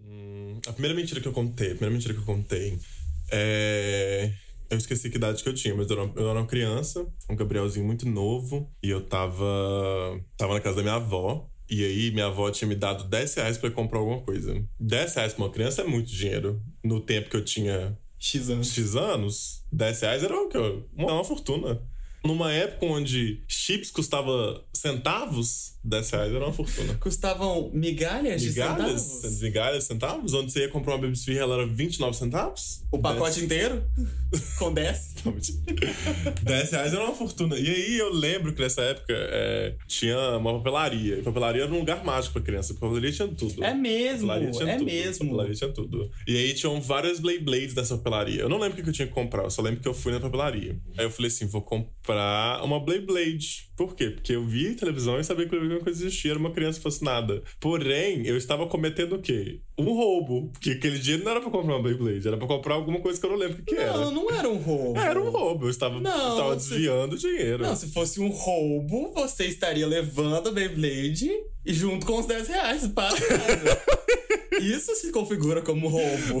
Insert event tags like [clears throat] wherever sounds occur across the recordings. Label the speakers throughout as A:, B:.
A: Hum, a primeira mentira que eu contei, a primeira mentira que eu contei é. Eu esqueci que idade que eu tinha, mas eu era, eu era uma criança, um Gabrielzinho muito novo, e eu tava. tava na casa da minha avó. E aí, minha avó tinha me dado 10 reais pra eu comprar alguma coisa. 10 reais pra uma criança é muito dinheiro. No tempo que eu tinha
B: X anos.
A: X anos, 10 reais era o que eu- uma, uma fortuna. Numa época onde chips custava centavos, 10 reais era uma fortuna.
B: Custavam
A: Migalhas,
B: migalhas, É de centavos?
A: migalhas, centavos? Onde você ia comprar uma Baby Sphere, ela era 29 centavos?
B: O pacote
A: [laughs]
B: inteiro? Com 10?
A: 10 reais era uma fortuna. E aí eu lembro que nessa época é, tinha uma papelaria. E papelaria era um lugar mágico pra criança. porque Papelaria tinha tudo.
B: É mesmo,
A: Papelaria tinha
B: é
A: tudo.
B: mesmo.
A: Papelaria tinha tudo. E aí tinham várias Beyblades nessa papelaria. Eu não lembro o que que eu tinha que comprar, eu só lembro que eu fui na papelaria. Aí eu falei assim: vou comprar uma Beyblade. Por quê? Porque eu vi televisão e sabia que alguma coisa existia, era uma criança fascinada. Porém, eu estava cometendo o quê? Um roubo. Porque aquele dinheiro não era pra comprar uma Beyblade, era pra comprar alguma coisa que eu não lembro o que, que era.
B: Não, não era um roubo.
A: Era um roubo, eu estava,
B: Não,
A: eu estava
B: se-
A: desviando dinheiro.
B: Não, se fosse um roubo, você estaria levando a Beyblade e junto com os 10 reais
A: [laughs]
B: para casa. Isso se configura como roubo.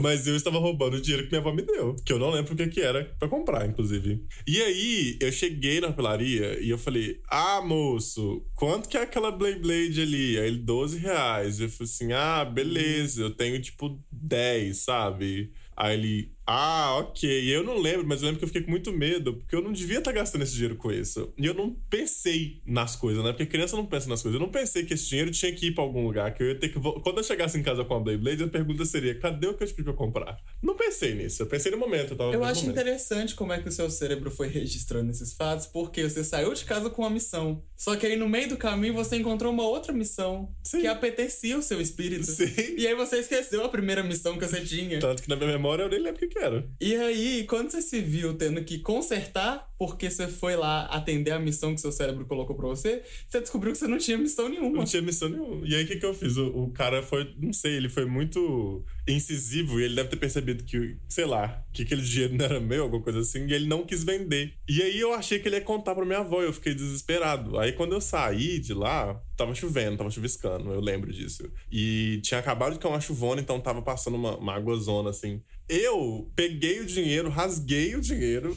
A: [laughs] Mas eu estava roubando o dinheiro que minha avó me deu, que eu não lembro o que, que era pra comprar, inclusive. E aí, eu cheguei na papelaria e eu falei: Ah, moço, quanto que é aquela Beyblade ali? Aí ele, 12 reais. Eu falei assim: Ah, beleza, eu tenho tipo 10, sabe? Aí ele, ah, ok. E eu não lembro, mas eu lembro que eu fiquei com muito medo, porque eu não devia estar gastando esse dinheiro com isso. E eu não pensei nas coisas, né? Porque criança não pensa nas coisas. Eu não pensei que esse dinheiro tinha que ir pra algum lugar, que eu ia ter que. vol- Quando eu chegasse em casa com a Beyblade, a pergunta seria: cadê o que eu te pedi pra comprar? Não pensei nisso. Eu pensei no momento. Eu, tava
B: Eu
A: no
B: acho
A: momento.
B: interessante como é que o seu cérebro foi registrando esses fatos, porque você saiu de casa com uma missão. Só que aí no meio do caminho você encontrou uma outra missão
A: Sim.
B: que apetecia o seu espírito.
A: [laughs] Sim.
B: E aí você esqueceu a primeira missão que você tinha.
A: Tanto que na minha memória eu nem lembro o que, que era.
B: E aí, quando você se viu tendo que consertar, porque você foi lá atender a missão que seu cérebro colocou pra você, você descobriu que você não tinha missão nenhuma.
A: Não tinha missão nenhuma. E aí, o que, que eu fiz? O, o cara foi, não sei, ele foi muito incisivo e ele deve ter percebido que, sei lá, que aquele dinheiro não era meu, alguma coisa assim, e ele não quis vender. E aí, eu achei que ele ia contar pra minha avó, eu fiquei desesperado. Aí, quando eu saí de lá, tava chovendo, tava chuviscando, eu lembro disso. E tinha acabado de cair uma chuvona, então tava passando uma, uma aguazona, assim. Eu peguei o dinheiro, rasguei o dinheiro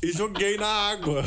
A: e joguei na água.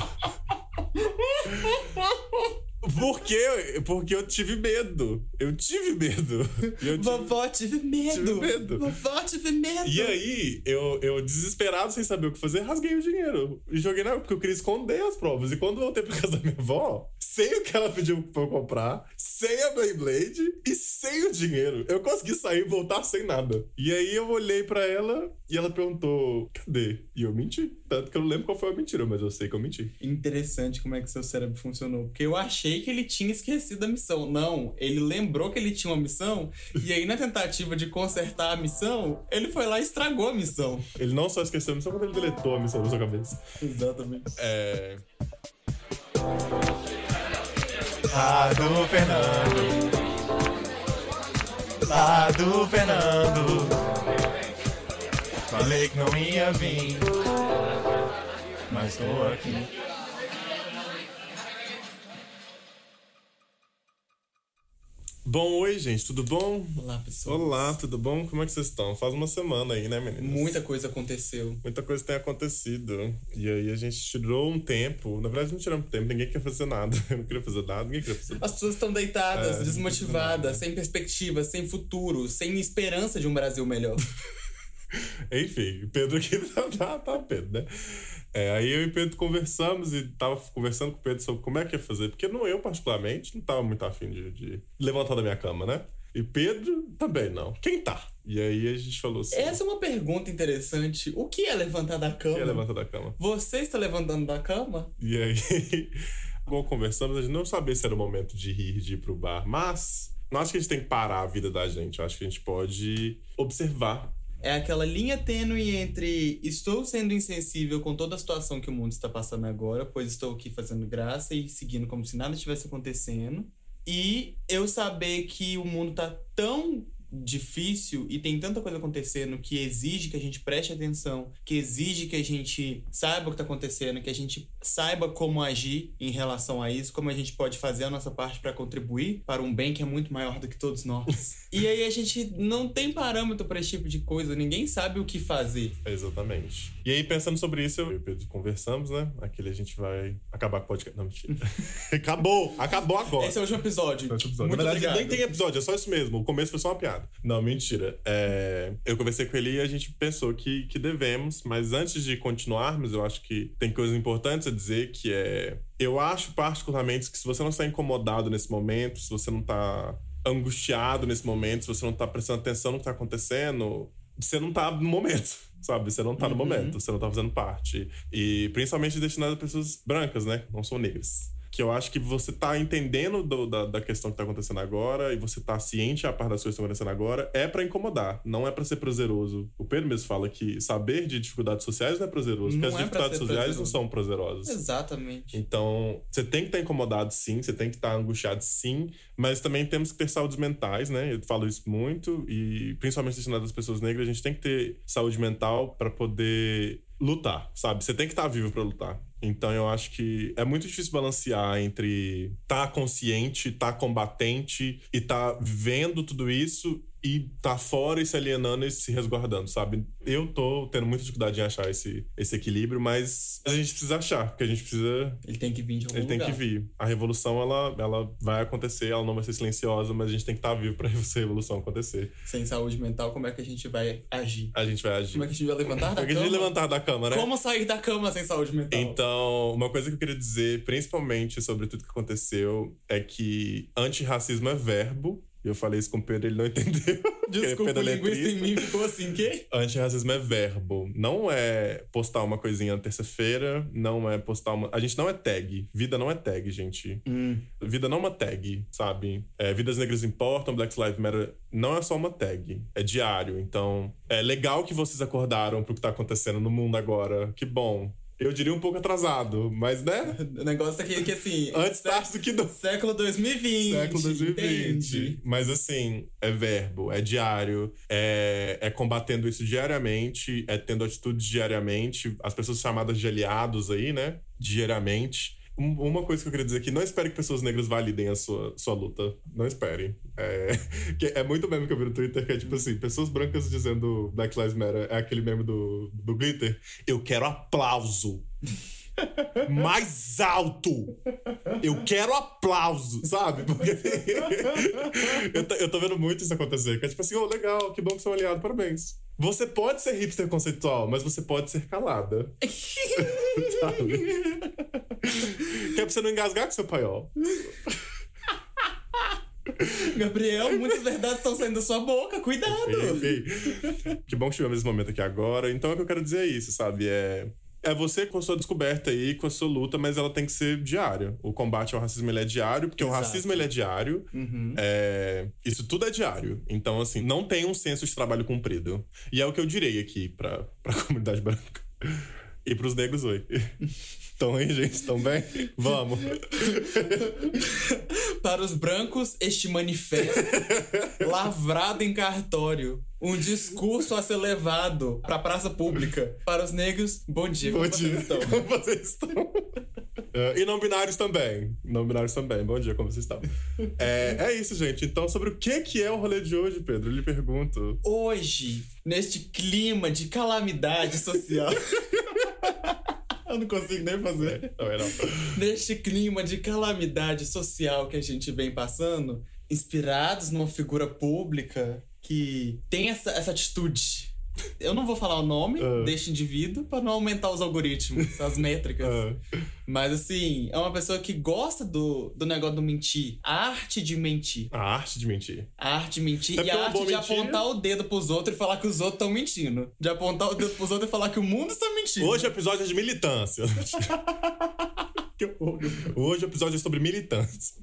A: Porque, porque eu tive medo. Eu tive medo. E eu tive-
B: Vovó, tive medo.
A: Tive medo.
B: Vovó, tive medo.
A: E aí, eu, eu desesperado, sem saber o que fazer, rasguei o dinheiro. E joguei na água, porque eu queria esconder as provas. E quando eu voltei pra casa da minha avó, sem o que ela pediu pra eu comprar, sem a Beyblade e sem o dinheiro. Eu consegui sair e voltar sem nada. E aí, eu olhei pra ela e ela perguntou, cadê? E eu menti. Tanto que eu não lembro qual foi a mentira, mas eu sei que eu menti.
B: Interessante como é que seu cérebro funcionou. Porque eu achei que ele tinha esquecido a missão. Não, ele lembrou que ele tinha uma missão. E aí, na tentativa de consertar a missão, ele foi lá e estragou a
A: [laughs]
B: missão.
A: Ele não só esqueceu a missão, quando ele deletou a missão da sua cabeça.
B: Exatamente.
A: É...
C: Lado Fernando. Lado Fernando. Falei que não ia vir, mas tô aqui.
A: Bom, oi, gente, tudo bom?
B: Olá, pessoal.
A: Olá, tudo bom? Como é que vocês estão? Faz uma semana aí, né, meninas?
B: Muita coisa aconteceu.
A: Muita coisa tem acontecido. E aí a gente tirou um tempo. Na verdade, não tiramos tempo, ninguém quer fazer nada. [laughs] Eu não queria fazer nada, ninguém queria fazer nada.
B: As pessoas estão deitadas,
A: É,
B: desmotivadas, sem perspectiva, sem futuro, sem esperança de um Brasil melhor.
A: Enfim, o Pedro aqui [laughs] tá, tá, tá o Pedro, né? É, aí eu e o Pedro conversamos e tava conversando com o Pedro sobre como é que ia fazer. Porque não eu, particularmente, não tava muito afim de, de levantar da minha cama, né? E Pedro também não. Quem tá? E aí a gente falou assim:
B: Essa é uma pergunta interessante. O que é levantar da cama?
A: quem ia levantar da cama?
B: Você está levantando da cama?
A: E aí, [laughs] igual conversamos, a gente não sabia se era o momento de rir, de ir pro bar, mas não acho que a gente tem que parar a vida da gente. Eu acho que a gente pode observar.
B: É aquela linha tênue entre estou sendo insensível com toda a situação que o mundo está passando agora, pois estou aqui fazendo graça e seguindo como se nada estivesse acontecendo, e eu saber que o mundo está tá tão difícil e tem tanta coisa acontecendo que exige que a gente preste atenção, que exige que a gente saiba o que está acontecendo, que a gente saiba como agir em relação a isso, como a gente pode fazer a nossa parte para contribuir para um bem que é muito maior do que todos
A: [laughs]
B: nós. e aí a gente não tem parâmetro para esse tipo de coisa, ninguém sabe o que fazer.
A: Exatamente. E aí, pensando sobre isso, eu e o Pedro conversamos, né? Aquele a gente vai acabar com o podcast. Não, mentira. [laughs] acabou! Acabou agora!
B: Esse é o último
A: Esse
B: episódio.
A: é o último episódio.
B: Muito
A: Na verdade,
B: obrigado.
A: nem tem episódio, é só isso mesmo. O começo foi só uma piada. Não, mentira. É, eu conversei com ele e a gente pensou que, que devemos, mas antes de continuarmos, eu acho que tem coisas importantes a dizer que é. Eu acho particularmente que se você não está incomodado nesse momento, se você não está angustiado nesse momento, se você não está prestando atenção no que está acontecendo, você não tá no momento, sabe? Você não
B: Uhum.
A: tá no momento, você não tá fazendo parte. E principalmente destinado a pessoas brancas, né? Não são negras. Que eu acho que você tá entendendo do- da, da questão que tá acontecendo agora e você tá ciente a par das coisas que estão acontecendo agora, é pra incomodar, não é pra ser prazeroso. O Pedro mesmo fala que saber de dificuldades sociais não é prazeroso, porque
B: Não
A: as
B: é pra
A: dificuldades
B: ser
A: sociais não
B: prazeroso.
A: são prazerosas.
B: Exatamente.
A: Então, você tem que estar incomodado, sim, você tem que estar angustiado, sim, mas também temos que ter saúdes mentais, né? Eu falo isso muito, e principalmente destinado às pessoas negras, a gente tem que ter saúde mental para poder lutar, sabe? Você tem que estar vivo para lutar. Então, eu acho que é muito difícil balancear entre estar consciente, estar combatente e estar vendo tudo isso e tá fora e se alienando e se resguardando, sabe? Eu tô tendo muita dificuldade em achar esse, esse equilíbrio, mas a gente precisa achar, porque a gente precisa
B: Ele tem que vir de algum
A: ele tem
B: lugar.
A: que vir. A revolução, ela, ela vai acontecer, ela não vai ser silenciosa, mas a gente tem que estar vivo pra [laughs] essa revolução acontecer.
B: Sem saúde mental, como é que a gente vai agir?
A: A gente vai agir.
B: Como é que a gente vai levantar da
A: Porque a gente
B: cama?
A: levantar da cama, né?
B: Como sair da cama sem saúde mental?
A: Então, uma coisa que eu queria dizer, principalmente sobre tudo que aconteceu, é que antirracismo é verbo. E eu falei isso com o Pedro, ele não [laughs] entendeu.
B: Desculpa, o linguista
A: pedaletrista.
B: em mim ficou assim, quê?
A: Antirracismo é verbo. Não é postar uma coisinha na terça-feira, não é postar uma. A gente não é tag. Vida não é tag, gente. Vida não é uma tag, sabe? É, Vidas negras importam, Black Lives Matter não é só uma tag. É diário. Então, é legal que vocês acordaram pro que tá acontecendo no mundo agora. Que bom. Eu diria um pouco atrasado, mas né?
B: O negócio é que, que assim,
A: Antes tarde do que não.
B: século 2020.
A: Século 2020.
B: entende?
A: Mas assim, é verbo, é diário, é, é combatendo isso diariamente, é tendo atitudes diariamente, as pessoas chamadas de aliados aí, né? Diariamente. Um- Uma coisa que eu queria dizer aqui, não espere que pessoas negras validem a sua, sua luta. Não espere. É, [laughs] que é muito meme que eu vi no Twitter, que é tipo assim, pessoas brancas dizendo Black Lives Matter, é aquele meme do, do Glitter. Eu quero aplauso. [laughs] Mais alto! Eu quero aplauso, sabe? Porque [laughs] eu, tô, eu tô vendo muito isso acontecer. Que é tipo assim, ô, legal, que bom que você é um aliado, parabéns. Você pode ser hipster conceitual, mas você pode ser calada. [laughs] sabe? Que é pra você não engasgar com seu paiol.
B: [laughs] Gabriel, muitas verdades estão saindo da sua boca, cuidado!
A: Enfim, enfim. [laughs] Que bom que tivemos esse momento aqui agora. Então, o que eu quero dizer é isso, sabe? É, é você com a sua descoberta aí, com a sua luta, mas ela tem que ser diária. O combate ao racismo, ele é diário, porque o
B: Exato.
A: racismo, ele é diário. É, isso tudo é diário. Então, assim, não tem um senso de trabalho cumprido. E é o que eu direi aqui pra, pra [laughs] comunidade branca. E pros negros, oi. [laughs] Estão aí, gente? Estão bem? Vamos.
B: Para os brancos, este [laughs] manifesto, lavrado em cartório, um discurso a ser levado para a praça pública. Para os negros, bom dia,
A: Bom
B: como [laughs] vocês
A: dia,
B: estão?
A: como vocês estão? É, e não binários também. Não binários também. Bom dia, como vocês estão? É, é isso, gente. Então, sobre o que, que é o rolê de hoje, Pedro? Eu lhe pergunto.
B: Hoje, neste clima de calamidade social. [laughs] Eu não consigo nem fazer.
A: Não, é
B: [laughs]
A: não.
B: Neste clima de calamidade social que a gente vem passando, inspirados numa figura pública que tem essa, essa atitude. Eu não vou falar o nome
A: Ah.
B: deste indivíduo para não aumentar os algoritmos, as métricas.
A: Ah,
B: Mas assim, é uma pessoa que gosta do, do negócio do mentir. A arte de mentir.
A: Ah, a arte de mentir.
B: A arte de mentir
A: É
B: e
A: porque
B: a
A: uma
B: arte
A: boa
B: de
A: mentira-
B: apontar o dedo pros outros e falar que os outros estão mentindo. De apontar o dedo pros outros e falar que o mundo está mentindo.
A: Hoje o episódio é de militância.
B: [laughs] que horror.
A: Hoje o episódio é sobre militância.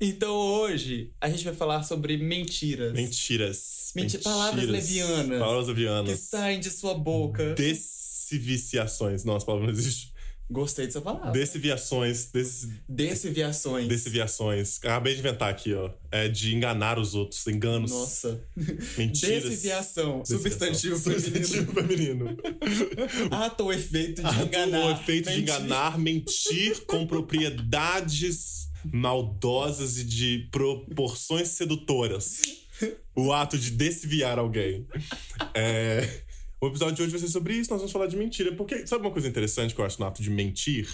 B: Então hoje a gente vai falar sobre mentiras
A: Mentiras.
B: Menti- palavras levianas.
A: Palavras
B: que
A: levianas.
B: saem de sua boca.
A: Desviciações. Não, essa palavra não existe.
B: Gostei dessa palavra.
A: Desviações. Des...
B: Desviações.
A: Desviações. Acabei de inventar aqui, ó. É de enganar os outros. Enganos.
B: Nossa.
A: Mentiras.
B: Desviação. Substantivo feminino.
A: Substantivo feminino.
B: Ata o efeito de enganar.
A: O Ah, um efeito de
B: Mentir.
A: enganar, mentir com propriedades maldosas e de proporções sedutoras. O ato de desviar alguém. É, O episódio de hoje vai ser sobre isso, nós vamos falar de mentira. Porque sabe uma coisa interessante que eu acho no ato de mentir?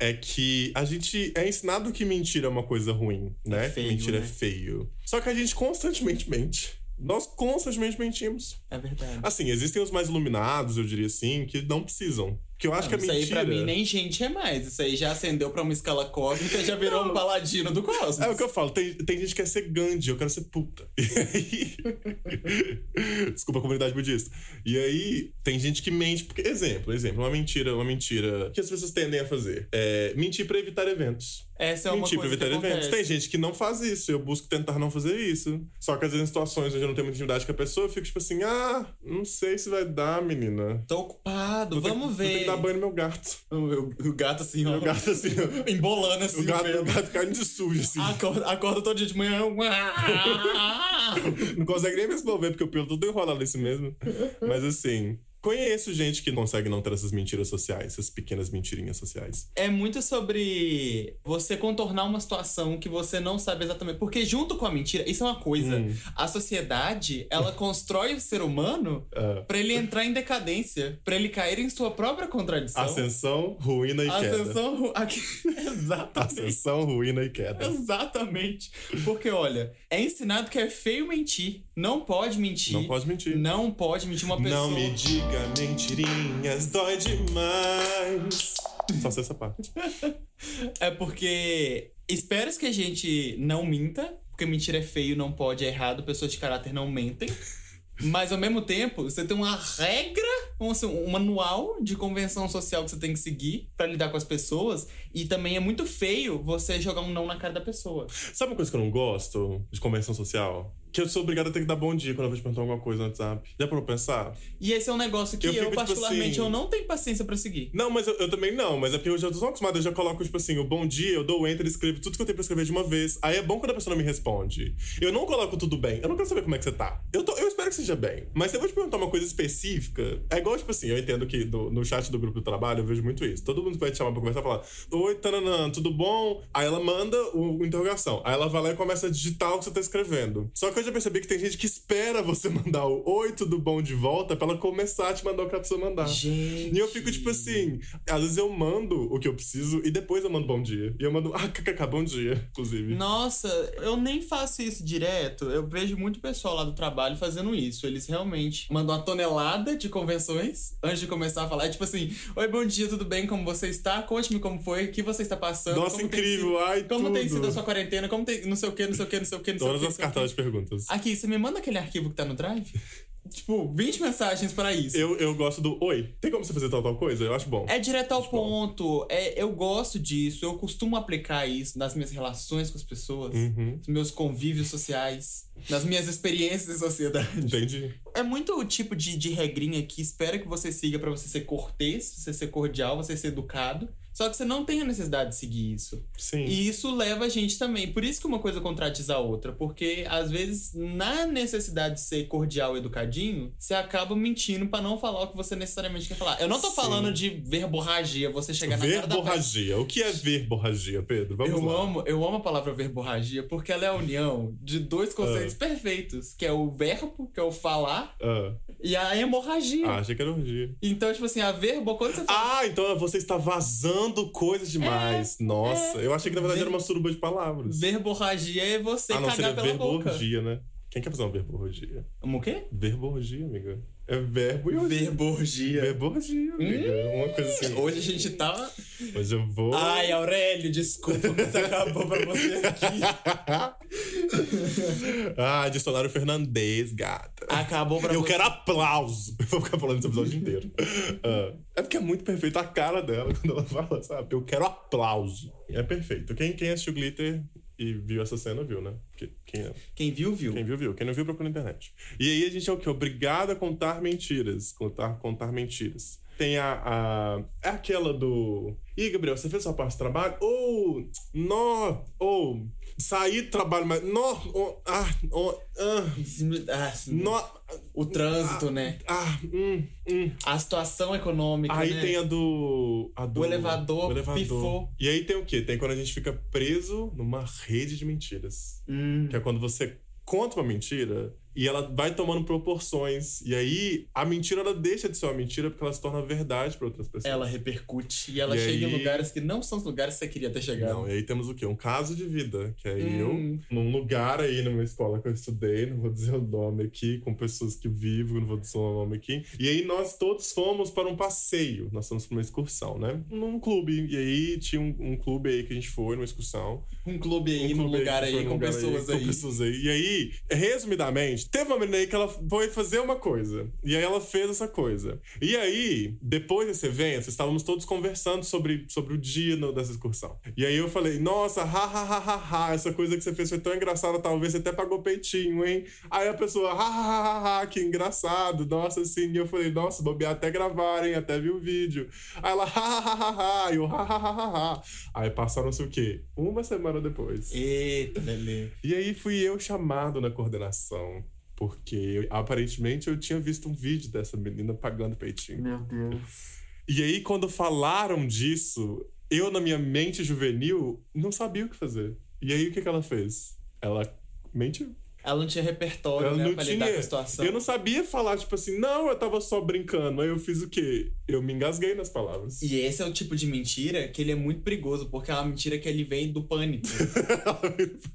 A: É que a gente é ensinado que mentira é uma coisa ruim, né?
B: É feio,
A: mentira é
B: né?
A: feio. Só que a gente constantemente mente. Nós constantemente mentimos.
B: É verdade.
A: Assim, existem os mais iluminados, eu diria assim, que não precisam. Porque eu acho que a
B: Não, Ah, isso
A: mentira.
B: aí pra mim nem gente é mais. Isso aí já acendeu pra uma escala cósmica, já virou um paladino do cosmos.
A: É o que eu falo, tem, tem gente que quer ser Gandhi, eu quero ser puta. [laughs] E aí... Desculpa a comunidade budista. E aí, tem gente que mente, porque, exemplo, exemplo, uma mentira, uma mentira que as pessoas tendem a fazer. É mentir pra evitar eventos.
B: Essa é uma
A: mentir pra
B: coisa que
A: evitar eventos.
B: acontece.
A: Tem gente que não faz isso, eu busco tentar não fazer isso. Só que às vezes em situações onde eu não tenho muita intimidade com a pessoa, eu fico tipo assim, ah, não sei se vai dar, menina.
B: Tô ocupado,
A: Vou ter-
B: vamos
A: Vou ter
B: ver.
A: que dar banho no meu gato.
B: O, o- o gato assim, ó.
A: O gato assim, ó.
B: embolando assim.
A: O gato,
B: mesmo. Ah.
A: o gato caindo de sujo, assim.
B: Acorda, acorda todo dia de manhã. [laughs] Ah!
A: Não consegue nem resolver, porque o pelo tudo enrolado nesse mesmo. Mas assim, conheço gente que consegue não ter essas mentiras sociais, essas pequenas mentirinhas sociais.
B: é muito sobre você contornar uma situação que você não sabe exatamente. Porque junto com a mentira, isso é uma coisa.
A: Hum.
B: A sociedade,
A: [laughs]
B: ela constrói o ser humano
A: Ah,
B: pra ele entrar em decadência, pra ele cair em sua própria contradição.
A: ascensão, ruína e queda.
B: Ascensão ru- [laughs] aqui-
A: [laughs]
B: Exatamente.
A: Ascensão, ruína e queda.
B: Exatamente. Porque, olha, é ensinado que é feio mentir. Não pode mentir.
A: Não pode mentir.
B: Não pode mentir uma pessoa.
A: Não me diga mentirinhas, dói demais. Só sei essa parte.
B: É porque espera que a gente não minta, porque mentira é feio, não pode, é errado, pessoas de caráter
A: [laughs]
B: não mentem. Mas ao mesmo tempo, você tem uma regra, um, assim, um manual de convenção social que você tem que seguir pra lidar com as pessoas. E também é muito feio você jogar um não na cara da pessoa.
A: Sabe uma coisa que eu não gosto de convenção social? Que eu sou obrigado a ter que dar bom dia quando eu vou te perguntar alguma coisa no WhatsApp. Já parou pra pensar?
B: E esse é um negócio que
A: Eu
B: eu,
A: fico, tipo
B: particularmente,
A: assim-
B: eu não tenho paciência pra seguir.
A: Não, mas eu, eu também não, mas é porque eu já tô acostumado, eu já coloco, tipo assim, o bom dia, eu dou o enter, escrevo tudo que eu tenho pra escrever de uma vez. Aí é bom quando a pessoa não me responde. Eu não coloco tudo bem, eu não quero saber como é que você tá. Eu, tô- eu espero que seja bem. Mas se eu vou te perguntar uma coisa específica, é igual, tipo assim, eu entendo que do- no chat do grupo do trabalho eu vejo muito isso. Todo mundo vai te chamar pra conversar fala, Oi, Tananã, tudo bom? Aí ela manda o, o interrogação. Aí ela vai lá e começa a digitar o que você tá escrevendo. Só que eu já percebi que tem gente que espera você [laughs] mandar o Oi, tudo bom de volta pra ela começar a te mandar o que ela precisa mandar.
B: Gente.
A: E eu fico tipo assim, às vezes eu mando o que eu preciso e depois eu mando bom dia. E eu mando, ah, kkk, bom dia, inclusive.
B: Nossa, eu nem faço isso direto. Eu vejo muito pessoal lá do trabalho fazendo isso. Eles realmente mandam uma tonelada de convenções antes de começar a falar. É tipo assim: Oi, bom dia, tudo bem? Como você está? Conte-me como foi, o que você está passando.
A: Nossa,
B: como tem
A: incrível, ai,
B: sido- como
A: tudo.
B: tem sido a sua quarentena? Como tem. Não sei o que, não sei o que, não sei o que, não sei o
A: Todas
B: que.
A: as cartelas de perguntas.
B: Aqui, você me manda aquele arquivo que tá no
A: [laughs]
B: Drive? tipo, 20 mensagens para isso.
A: Eu, eu gosto do, oi, tem como você fazer tal, tal coisa? Eu acho bom.
B: É direto ao
A: Acho bom.
B: ponto. É, eu gosto disso. Eu costumo aplicar isso nas minhas relações com as pessoas,
A: Uhum.
B: nos meus convívios sociais, nas minhas experiências em sociedade.
A: Entendi.
B: É muito o tipo de, de regrinha que espera que você siga pra você ser cortês, você ser cordial, você ser educado. Só que você não tem a necessidade de seguir isso.
A: Sim.
B: E isso leva a gente também. Por isso que uma coisa contradiz a outra. Porque, às vezes, na necessidade de ser cordial e educadinho, você acaba mentindo pra não falar o que você necessariamente quer falar. Eu não tô
A: Sim.
B: falando de verborragia, você chegar na cara da pessoa.
A: Verborragia. O que é verborragia, Pedro? Vamos
B: Eu
A: lá.
B: amo, eu amo a palavra verborragia porque ela é a união de
A: Ah.
B: dois conceitos perfeitos, que é o verbo, que é o falar,
A: Ah,
B: e a hemorragia.
A: ah, achei que era orgia.
B: Então, tipo assim, a verbo, quando você fala.
A: Ah, então você está vazando coisas demais.
B: É,
A: Nossa, eu achei que na verdade era uma suruba de palavras.
B: Verborragia é você
A: ah, não, seria
B: cagar pela boca.
A: verborgia, né? Quem quer fazer uma verborgia?
B: Um o quê?
A: Verborgia, amiga. É verbo e orgia.
B: Verborgia.
A: Verborgia, amiga. Uma coisa assim.
B: Hoje a gente tá.
A: Hoje eu vou.
B: Ai, Aurélio, desculpa, mas acabou pra você aqui.
A: [laughs] ah, dicionário Fernandes, gata.
B: Acabou pra
A: eu
B: você.
A: quero aplauso. Eu vou ficar falando esse episódio inteiro. Ah, é porque é muito perfeito a cara dela [laughs] quando ela fala, sabe? Eu quero aplauso. É perfeito. Quem, quem assistiu Glitter e viu essa cena, viu, né? Porque quem é?
B: Quem viu, viu.
A: Quem viu, viu. Quem não viu, procura na internet. E aí a gente é o quê? Obrigado a contar mentiras. Contar, contar mentiras. Tem a, a. É aquela do. Ih, Gabriel, você fez sua parte de trabalho? Ou, nó, ou, saí do trabalho, mas, nó, ó, ah, ó, ah,
B: Ah,
A: nó,
B: o trânsito, né?
A: ah, hum, hum.
B: A situação econômica.
A: Aí
B: né?
A: tem a do, a do.
B: O elevador pifou.
A: E aí tem o quê? Tem quando a gente fica preso numa rede de mentiras.
B: Hum.
A: Que é quando você conta uma mentira e ela vai tomando proporções. E aí a mentira ela deixa de ser uma mentira porque ela se torna verdade para outras pessoas.
B: Ela repercute e ela
A: E
B: chega
A: aí-
B: em lugares que não são os lugares que você queria ter chegado.
A: Não, e aí temos o quê? Um caso de vida, que é
B: Hum.
A: eu, num lugar aí, numa escola que eu estudei, não vou dizer o nome aqui, com pessoas que vivo, não vou dizer o nome aqui. E aí nós todos fomos para um passeio, nós fomos para uma excursão, né? Num clube. E aí tinha um, um clube aí que a gente foi numa excursão.
B: Um clube
A: Um
B: aí, num
A: clube
B: lugar
A: que foi
B: aí,
A: num
B: com
A: lugar
B: pessoas
A: Com
B: aí.
A: pessoas aí. E aí, resumidamente, teve uma menina aí que ela foi fazer uma coisa. E aí ela fez essa coisa. E aí, depois desse evento, estávamos todos conversando sobre, sobre o dia no- dessa excursão. E aí eu falei, nossa, ha, ha, ha, ha, ha, essa coisa que você fez foi tão engraçada, talvez você até pagou peitinho, hein? Aí a pessoa, ha, ha, ha, ha, ha, que engraçado, nossa, assim. E eu falei, nossa, bobear até gravarem, até vi o vídeo. Aí ela, ha, ha, ha, ha, ha, e eu, ha, ha, ha, ha, ha. Aí passaram-se o quê? Uma semana depois.
B: Eita, velho.
A: E aí fui eu chamado na coordenação, porque aparentemente eu tinha visto um vídeo dessa menina pagando peitinho.
B: Meu Deus.
A: E aí quando falaram disso, eu na minha mente juvenil não sabia o que fazer. E aí o que que ela fez? Ela mentiu.
B: Ela não tinha repertório,
A: Ela
B: né?
A: não
B: pra lidar com a
A: tinha.
B: situação.
A: Eu não sabia falar tipo assim, não, eu tava só brincando. Aí eu fiz o quê? Eu me engasguei nas palavras.
B: E esse é o tipo de mentira que ele é muito perigoso, porque é uma mentira que ele vem do pânico.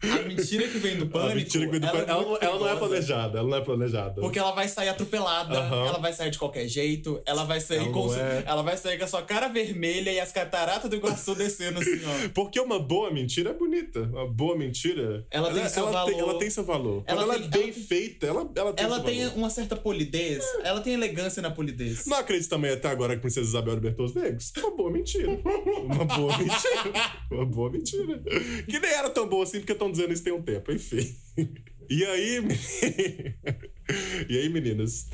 B: a mentira que vem do
A: [laughs]
B: pânico.
A: A mentira que veio do
B: ela,
A: pânico- [laughs] ela, não-
B: muito
A: ela não é
B: perigosa.
A: planejada, ela não é planejada.
B: Porque ela vai sair atropelada,
A: Aham.
B: ela vai sair de qualquer jeito, ela vai sair
A: Ela
B: com
A: não é.
B: ela vai sair com a sua cara vermelha e as cataratas do Iguaçu descendo assim, ó.
A: Porque uma boa mentira é bonita. Uma boa mentira.
B: Ela tem seu
A: ela Tem,
B: valor.
A: ela tem seu valor. Quando
B: Ela
A: ela, é
B: tem-
A: bem
B: ela tem-
A: feita, ela, ela tem
B: Ela
A: seu
B: tem
A: valor.
B: uma certa polidez,
A: Ah.
B: ela tem elegância na polidez.
A: Não acredito também até agora que Princesa Isabel libertou os negros. Uma boa mentira. Uma boa [laughs] mentira. Uma boa mentira. Que nem era tão boa assim, porque estão dizendo isso tem um tempo. Enfim. E aí... [laughs] e aí, meninas?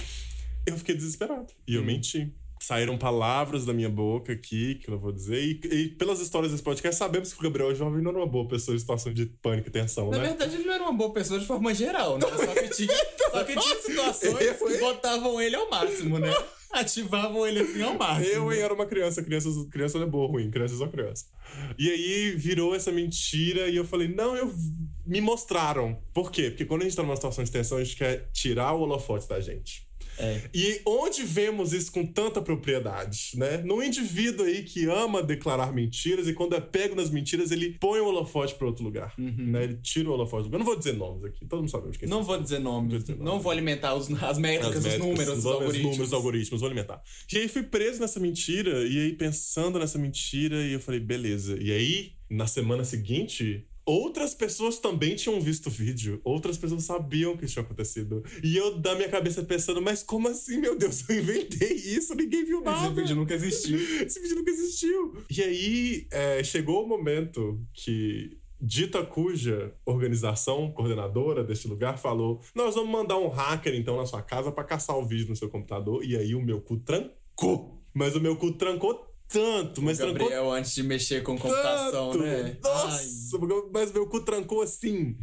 A: Eu fiquei desesperado. E eu menti. Saíram palavras da minha boca aqui, que eu não vou dizer. E, e pelas histórias desse podcast, sabemos que o Gabriel é Jovem não era uma boa pessoa em situação de pânico e tensão,
B: Na
A: né?
B: verdade, ele não era uma boa pessoa de forma geral, né? Só que
A: [laughs]
B: tinha,
A: Então,
B: só que tinha situações que botavam ele ao máximo, né? Ativavam ele assim ao máximo.
A: Eu, hein, era uma criança. Criança, criança não é boa, ruim. Criança é só criança. E aí virou essa mentira e eu falei, não, eu... Me mostraram. Por quê? Porque quando a gente tá numa situação de tensão, a gente quer tirar o holofote da gente.
B: É.
A: E onde vemos isso com tanta propriedade, né? Num indivíduo aí que ama declarar mentiras e quando é pego nas mentiras, ele põe o holofote pra outro lugar, né? Ele tira o holofote. Eu não vou dizer nomes aqui, todo mundo sabe onde que é
B: Não vou dizer nome,
A: dizer nome.
B: não vou alimentar os- as
A: as
B: métricas, os
A: métricas,
B: números, os
A: vou-
B: algoritmos.
A: números, algoritmos, vou alimentar. E aí fui preso nessa mentira, e aí pensando nessa mentira, e eu falei, beleza. E aí, na semana seguinte, outras pessoas também tinham visto o vídeo, outras pessoas sabiam que isso tinha acontecido. E eu, da minha cabeça, pensando, mas como assim, meu Deus, eu inventei isso, ninguém viu nada.
B: Esse vídeo nunca existiu.
A: [laughs] Esse vídeo nunca existiu. E aí, é, chegou o momento que dita cuja organização coordenadora deste lugar falou: Nós vamos mandar um hacker, então, na sua casa pra caçar o vídeo no seu computador. E aí, o meu cu trancou. Mas o meu cu trancou tanto, mas trancou
B: Gabriel, antes de mexer com computação,
A: tanto.
B: né?
A: Nossa, mas meu cu trancou assim.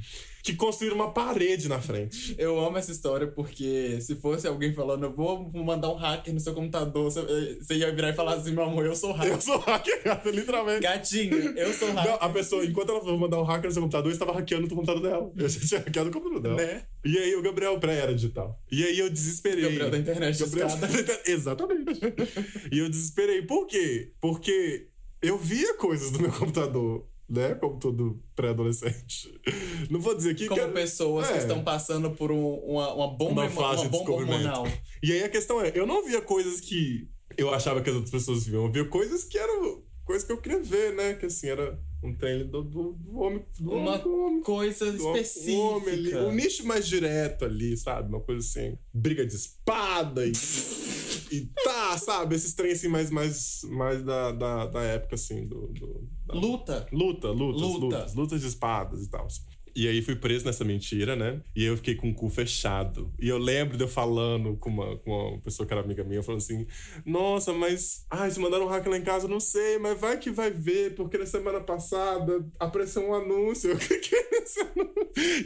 A: Que construíram uma parede na frente.
B: Ai, eu amo essa história porque se fosse alguém falando, eu vou mandar um hacker no seu computador, você- eh, você ia virar e falar assim, meu amor, eu sou hacker.
A: Eu sou um hacker, [laughs] gata, literalmente.
B: Gatinha, eu sou um
A: Não,
B: hacker.
A: a pessoa, enquanto ela foi mandar o hacker no seu computador, eu estava hackeando o computador dela. Eu já tinha hackeado o computador dela.
B: Né?
A: E aí o Gabriel pré-era digital. E aí eu desesperei.
B: Gabriel da internet
A: Gabriel- [laughs]
B: discada.
A: Exatamente. e eu desesperei. Por quê? Porque eu via coisas no meu computador, né? Como todo pré-adolescente. Não vou dizer aqui
B: Como
A: que... era-
B: pessoas
A: É.
B: que estão passando por um- uma, uma bomba,
A: Uma
B: emo-
A: fase
B: uma
A: de
B: bomba
A: descobrimento.
B: hormonal.
A: E aí a questão é, eu não via coisas que eu achava que as outras pessoas viam. Eu via coisas que eram... Coisas que eu queria ver, né? Que assim, era um trailer do, do, do homem... Do
B: Uma
A: homem, do homem
B: coisa
A: Um homem ali,
B: específica.
A: um nicho mais direto ali, sabe? Uma coisa assim. Briga de espada e. e tá, sabe? Esses trem assim, mais, mais, mais da, da, da época, assim, do. do- da-
B: Luta.
A: Luta, lutas,
B: Luta.
A: lutas, lutas de espadas e tal. E aí fui preso nessa mentira, né? E eu fiquei com o cu fechado. E eu lembro de eu falando com uma, com uma pessoa que era amiga minha, falando assim: Nossa, mas. Ai, se mandaram um hack lá em casa, não sei, mas vai que vai ver, porque na semana passada apareceu um anúncio. [laughs] Eu cliquei nesse anúncio.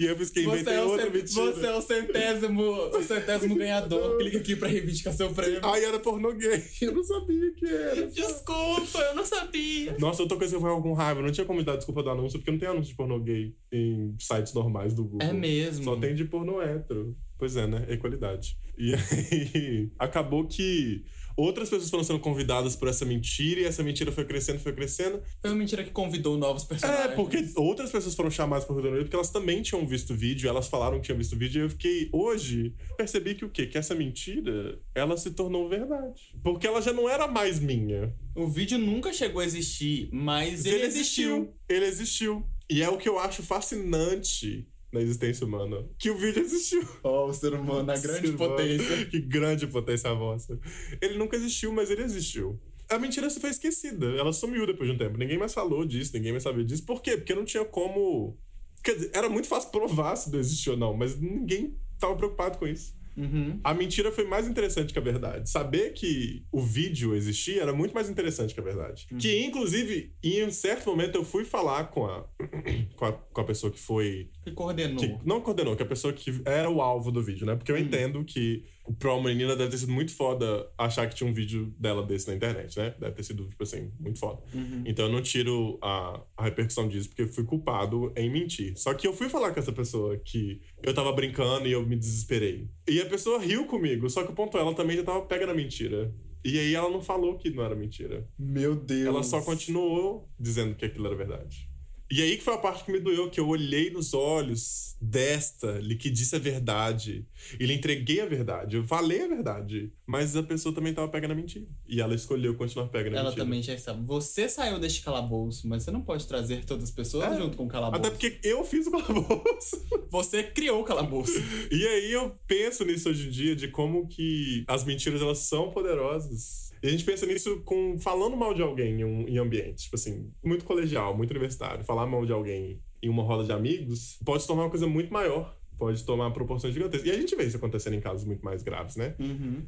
A: E eu fiz que inventei
B: Você é, o
A: outra
B: cen-
A: mentira.
B: você é o centésimo, o centésimo
A: [laughs]
B: ganhador. Clica aqui pra reivindicar seu prêmio.
A: Ai, era pornô gay. [laughs] Eu não sabia que era.
B: Desculpa, eu não sabia.
A: Nossa, eu tô com esse com algum raiva. Não tinha como dar desculpa do anúncio, porque não tem anúncio de pornô gay em sites normais do Google. né?
B: É mesmo.
A: Só tem de pornô hétero. Pois é, né? Equalidade. E aí, [laughs] acabou que outras pessoas foram sendo convidadas por essa mentira, e essa mentira foi crescendo, foi crescendo.
B: Foi uma mentira que convidou novos personagens.
A: É, porque outras pessoas foram chamadas pro Rio de Janeiro porque elas também tinham visto o vídeo, elas falaram que tinham visto o vídeo, e eu fiquei, hoje, percebi que o quê? Que essa mentira, ela se tornou verdade. Porque ela já não era mais minha.
B: O vídeo nunca chegou a existir, mas ele, existiu.
A: Ele existiu. E é o que eu acho fascinante na existência humana. Que o vídeo existiu.
B: Ó, o ser humano, a
A: Ser humano. [laughs] Que grande potência vossa. Ele nunca existiu, mas ele existiu. A mentira se foi esquecida. Ela sumiu depois de um tempo. Ninguém mais falou disso, ninguém mais sabia disso. Por quê? Porque não tinha como. Quer dizer, era muito fácil provar se não existiu ou não, mas ninguém tava preocupado com isso.
B: Uhum.
A: A mentira foi mais interessante que a verdade. Saber que o vídeo existia era muito mais interessante que a verdade. Que, inclusive, em um certo momento eu fui falar com a, [clears throat] com a, com a pessoa que foi.
B: Que coordenou. Hum.
A: Que, não coordenou, que é a pessoa que era o alvo do vídeo, né? Porque eu entendo que pra uma menina deve ter sido muito foda achar que tinha um vídeo dela desse na internet, né? Deve ter sido, tipo assim, muito foda.
B: Uhum.
A: Então eu não tiro a, a repercussão disso, porque eu fui culpado em mentir. Só que eu fui falar com essa pessoa que eu tava brincando e eu me desesperei. E a pessoa riu comigo, só que o ponto é, ela também já tava pega na mentira. E aí ela não falou que não era mentira.
B: Meu Deus.
A: Ela só continuou dizendo que aquilo era verdade. E aí que foi a parte que me doeu, que eu olhei nos olhos desta, lhe que disse a verdade. E lhe entreguei a verdade, eu falei a verdade. Mas a pessoa também tava pega na mentira. E ela escolheu continuar pega na
B: Ela
A: mentira.
B: também já estava. Você saiu deste calabouço, mas você não pode trazer todas as pessoas
A: É.
B: junto com o calabouço.
A: Até porque eu fiz o [laughs] calabouço.
B: Você criou
A: [laughs]
B: o calabouço.
A: E aí eu penso nisso hoje em dia, de como que as mentiras, elas são poderosas. E a gente pensa nisso com falando mal de alguém em, um, em ambiente, tipo assim, muito colegial, muito universitário. Falar mal de alguém em uma roda de amigos pode se tornar uma coisa muito maior. Pode tomar proporções gigantescas. E a gente vê isso acontecendo em casos muito mais graves, né?
B: uhum.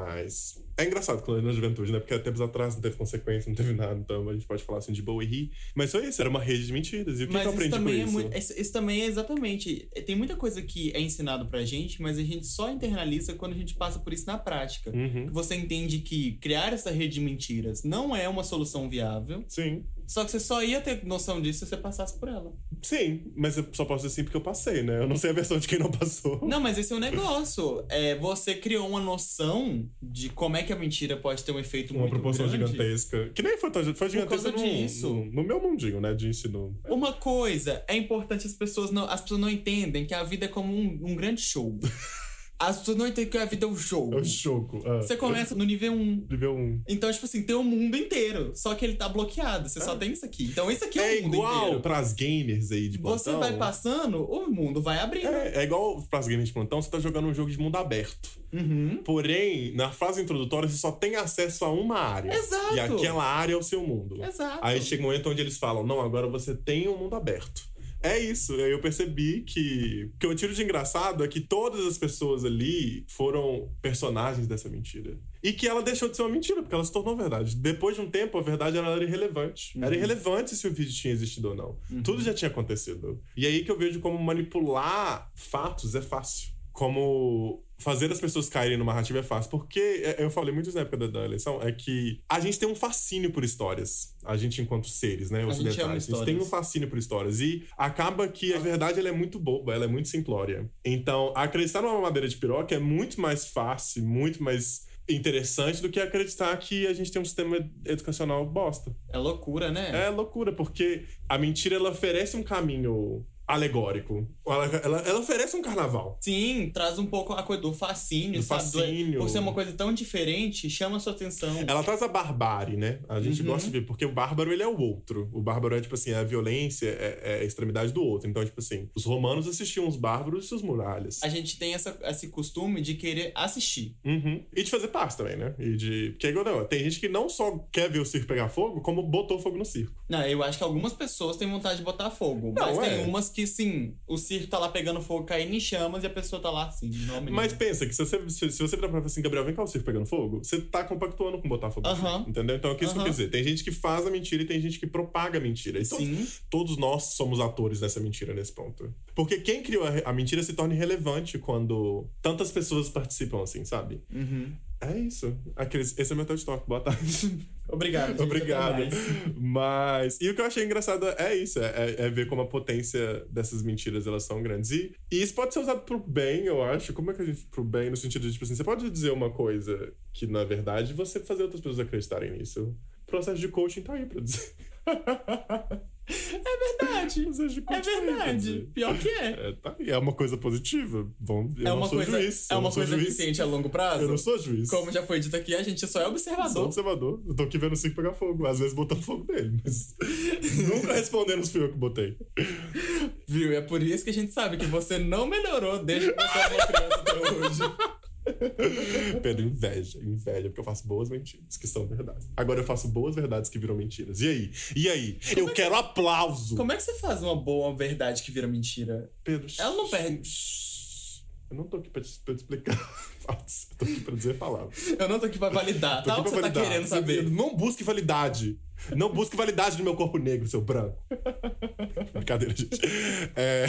A: Mas é engraçado quando eu era na juventude, né? Porque há tempos atrás não teve consequência, não teve nada. Então a gente pode falar assim de boa e rir. Mas foi isso, era uma rede de mentiras. E o que,
B: Mas
A: que eu
B: isso
A: aprendi com
B: também é
A: isso?
B: muito. Isso, isso também é exatamente. Tem muita coisa que é ensinado pra gente, mas a gente só internaliza quando a gente passa por isso na prática.
A: Uhum.
B: Você entende que criar essa rede de mentiras não é uma solução viável,
A: Sim.
B: só que você só ia ter noção disso se você passasse por ela.
A: Sim, mas eu só posso dizer sim porque eu passei, né? Eu não sei a versão de quem não passou.
B: Não, mas esse é o negócio. É, você criou uma noção de como é que a mentira pode ter um
A: [laughs]
B: efeito
A: Uma
B: muito
A: proporção
B: grande.
A: gigantesca. Que nem foi, tão gi- foi gigantesca
B: causa
A: no,
B: disso.
A: no, no meu mundinho, né? De ensino.
B: Uma coisa é importante as pessoas não, as pessoas não entendem que a vida é como um, um grande
A: [laughs]
B: show. As pessoas não entendem que a vida é um jogo.
A: É o choco. Ah, um.
B: Você começa no nível 1.
A: nível 1.
B: Então, tipo assim, tem o mundo inteiro. Só que ele tá bloqueado. Você só tem isso aqui. Então, isso aqui é,
A: É
B: o mundo
A: igual
B: inteiro.
A: pras gamers aí de plantão.
B: Você vai passando, o mundo vai abrindo.
A: É, é igual pras gamers de plantão, você tá jogando um jogo de mundo aberto.
B: Uhum.
A: Porém, na fase introdutória, você só tem acesso a uma área.
B: Exato.
A: E aquela área é o seu mundo.
B: Exato.
A: Aí chega um momento onde eles falam: não, agora você tem um mundo aberto. É isso, aí eu percebi que. O que eu tiro de engraçado é que todas as pessoas ali foram personagens dessa mentira. E que ela deixou de ser uma mentira, porque ela se tornou verdade. Depois de um tempo, a verdade ela era irrelevante.
B: Uhum.
A: Era irrelevante se o vídeo tinha existido ou não. Tudo já tinha acontecido. E aí que eu vejo como manipular fatos é fácil como fazer as pessoas caírem numa narrativa é fácil. Porque é, eu falei muito isso na época da, da eleição, é que a gente tem um fascínio por histórias. A gente, enquanto seres, né?
B: gente ama
A: Ocidentais. A gente tem um
B: histórias.
A: fascínio por histórias. E acaba que a verdade ela é muito boba, ela é muito simplória. Então, acreditar numa madeira de piroca é muito mais fácil, muito mais interessante do que acreditar que a gente tem um sistema educacional bosta.
B: É loucura, né?
A: É loucura, porque a mentira ela oferece um caminho alegórico. Ela- ela, ela oferece um carnaval.
B: Sim, traz um pouco a coisa do fascínio,
A: Do
B: sabe? Do-
A: fascínio.
B: Por ser uma coisa tão diferente, chama a sua atenção.
A: Ela traz a barbárie, né? A gente
B: Uhum.
A: gosta de ver, porque o bárbaro ele é o outro. O bárbaro é, tipo assim, é a violência, é, é a extremidade do outro. Então, tipo assim, os romanos assistiam os bárbaros e os muralhas.
B: A gente tem essa, esse costume de querer assistir.
A: Uhum. E de fazer paz também, né? E de. Porque é igual não. Tem gente que não só quer ver o circo pegar fogo, como botou fogo no circo.
B: Não, eu acho que algumas pessoas têm vontade de botar fogo,
A: Não,
B: mas
A: é.
B: tem umas que que, sim, o circo tá lá pegando fogo, caindo em chamas e a pessoa tá lá assim, não, menino.
A: Mas pensa que se você, se, se você virar pra falar assim, Gabriel, vem cá o circo pegando fogo, você tá compactuando com botar fogo. no
B: Aham.
A: circo, Entendeu? Então é isso que eu
B: Aham.
A: quis dizer. Tem gente que faz a mentira e tem gente que propaga a mentira. E todos,
B: Sim.
A: todos nós somos atores dessa mentira nesse ponto. Porque quem criou a, re- a mentira se torna irrelevante quando tantas pessoas participam, assim, sabe?
B: Uhum.
A: É isso. Aqueles, esse é meu TED Talk. Boa tarde.
B: Obrigado. gente,
A: Obrigado.
B: até mais.
A: Mas. E o que eu achei engraçado é isso: é, é ver como a potência dessas mentiras elas são grandes. E, e isso pode ser usado pro bem, eu acho. Como é que a gente. pro bem, no sentido de, tipo assim, você pode dizer uma coisa que, na verdade, você fazer outras pessoas acreditarem nisso. O processo de coaching tá aí pra dizer.
B: [laughs] É verdade.
A: O processo de
B: É
A: coaching tá aí pra
B: verdade.
A: dizer.
B: Pior que é.
A: É, tá aí. É uma coisa positiva. Vamos, eu
B: é
A: não
B: uma
A: sou
B: coisa,
A: juiz.
B: é
A: eu
B: uma
A: não sou
B: coisa
A: juiz.
B: eficiente a longo
A: Eu não
B: prazo.
A: sou juiz.
B: Como já foi dito aqui, a gente só é
A: Sou
B: observador.
A: um observador. Eu tô aqui vendo o circo pegar fogo. Às vezes botando fogo nele, mas [laughs] nunca respondendo os fios que eu botei.
B: Viu? É por isso que a gente sabe que você não melhorou desde que você era uma criança até hoje.
A: Pedro, inveja, inveja, porque eu faço boas mentiras que são verdades. Agora eu faço boas verdades que viram mentiras. E aí? E aí? eu quero aplauso!
B: Como é que você faz uma boa verdade que vira mentira?
A: Pedro,
B: Ela não perde.
A: eu não tô aqui pra te, pra te explicar [laughs] fatos, eu tô aqui pra dizer palavras.
B: Eu não tô aqui pra validar,
A: Tô
B: tá?
A: aqui
B: O que
A: pra
B: você tá
A: validar.
B: querendo
A: Você-
B: saber?
A: Não busque validade. Não busque validade no meu corpo negro, seu branco. [laughs] Brincadeira, gente.
B: [laughs]
A: É...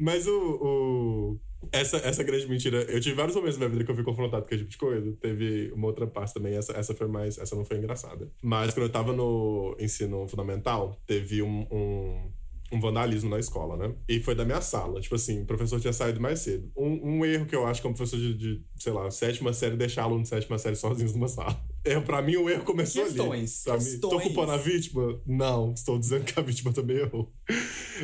A: Mas o. o- Essa, essa grande mentira. Eu tive vários momentos na minha vida que eu fui confrontado com esse tipo de coisa. Teve uma outra parte também. Essa, essa foi mais. Essa não foi engraçada. Mas quando eu tava no ensino fundamental, teve um. um um vandalismo na escola, né? E foi da minha sala. Tipo assim, o professor tinha saído mais cedo. Um, um erro que eu acho que é um professor de, de, sei lá, sétima série deixar aluno de sétima série sozinhos numa sala. [laughs] É, pra mim, o erro começou ali.
B: Questões,
A: Pra mim, tô
B: questões.
A: culpando a vítima? Não, estou dizendo que a vítima também errou.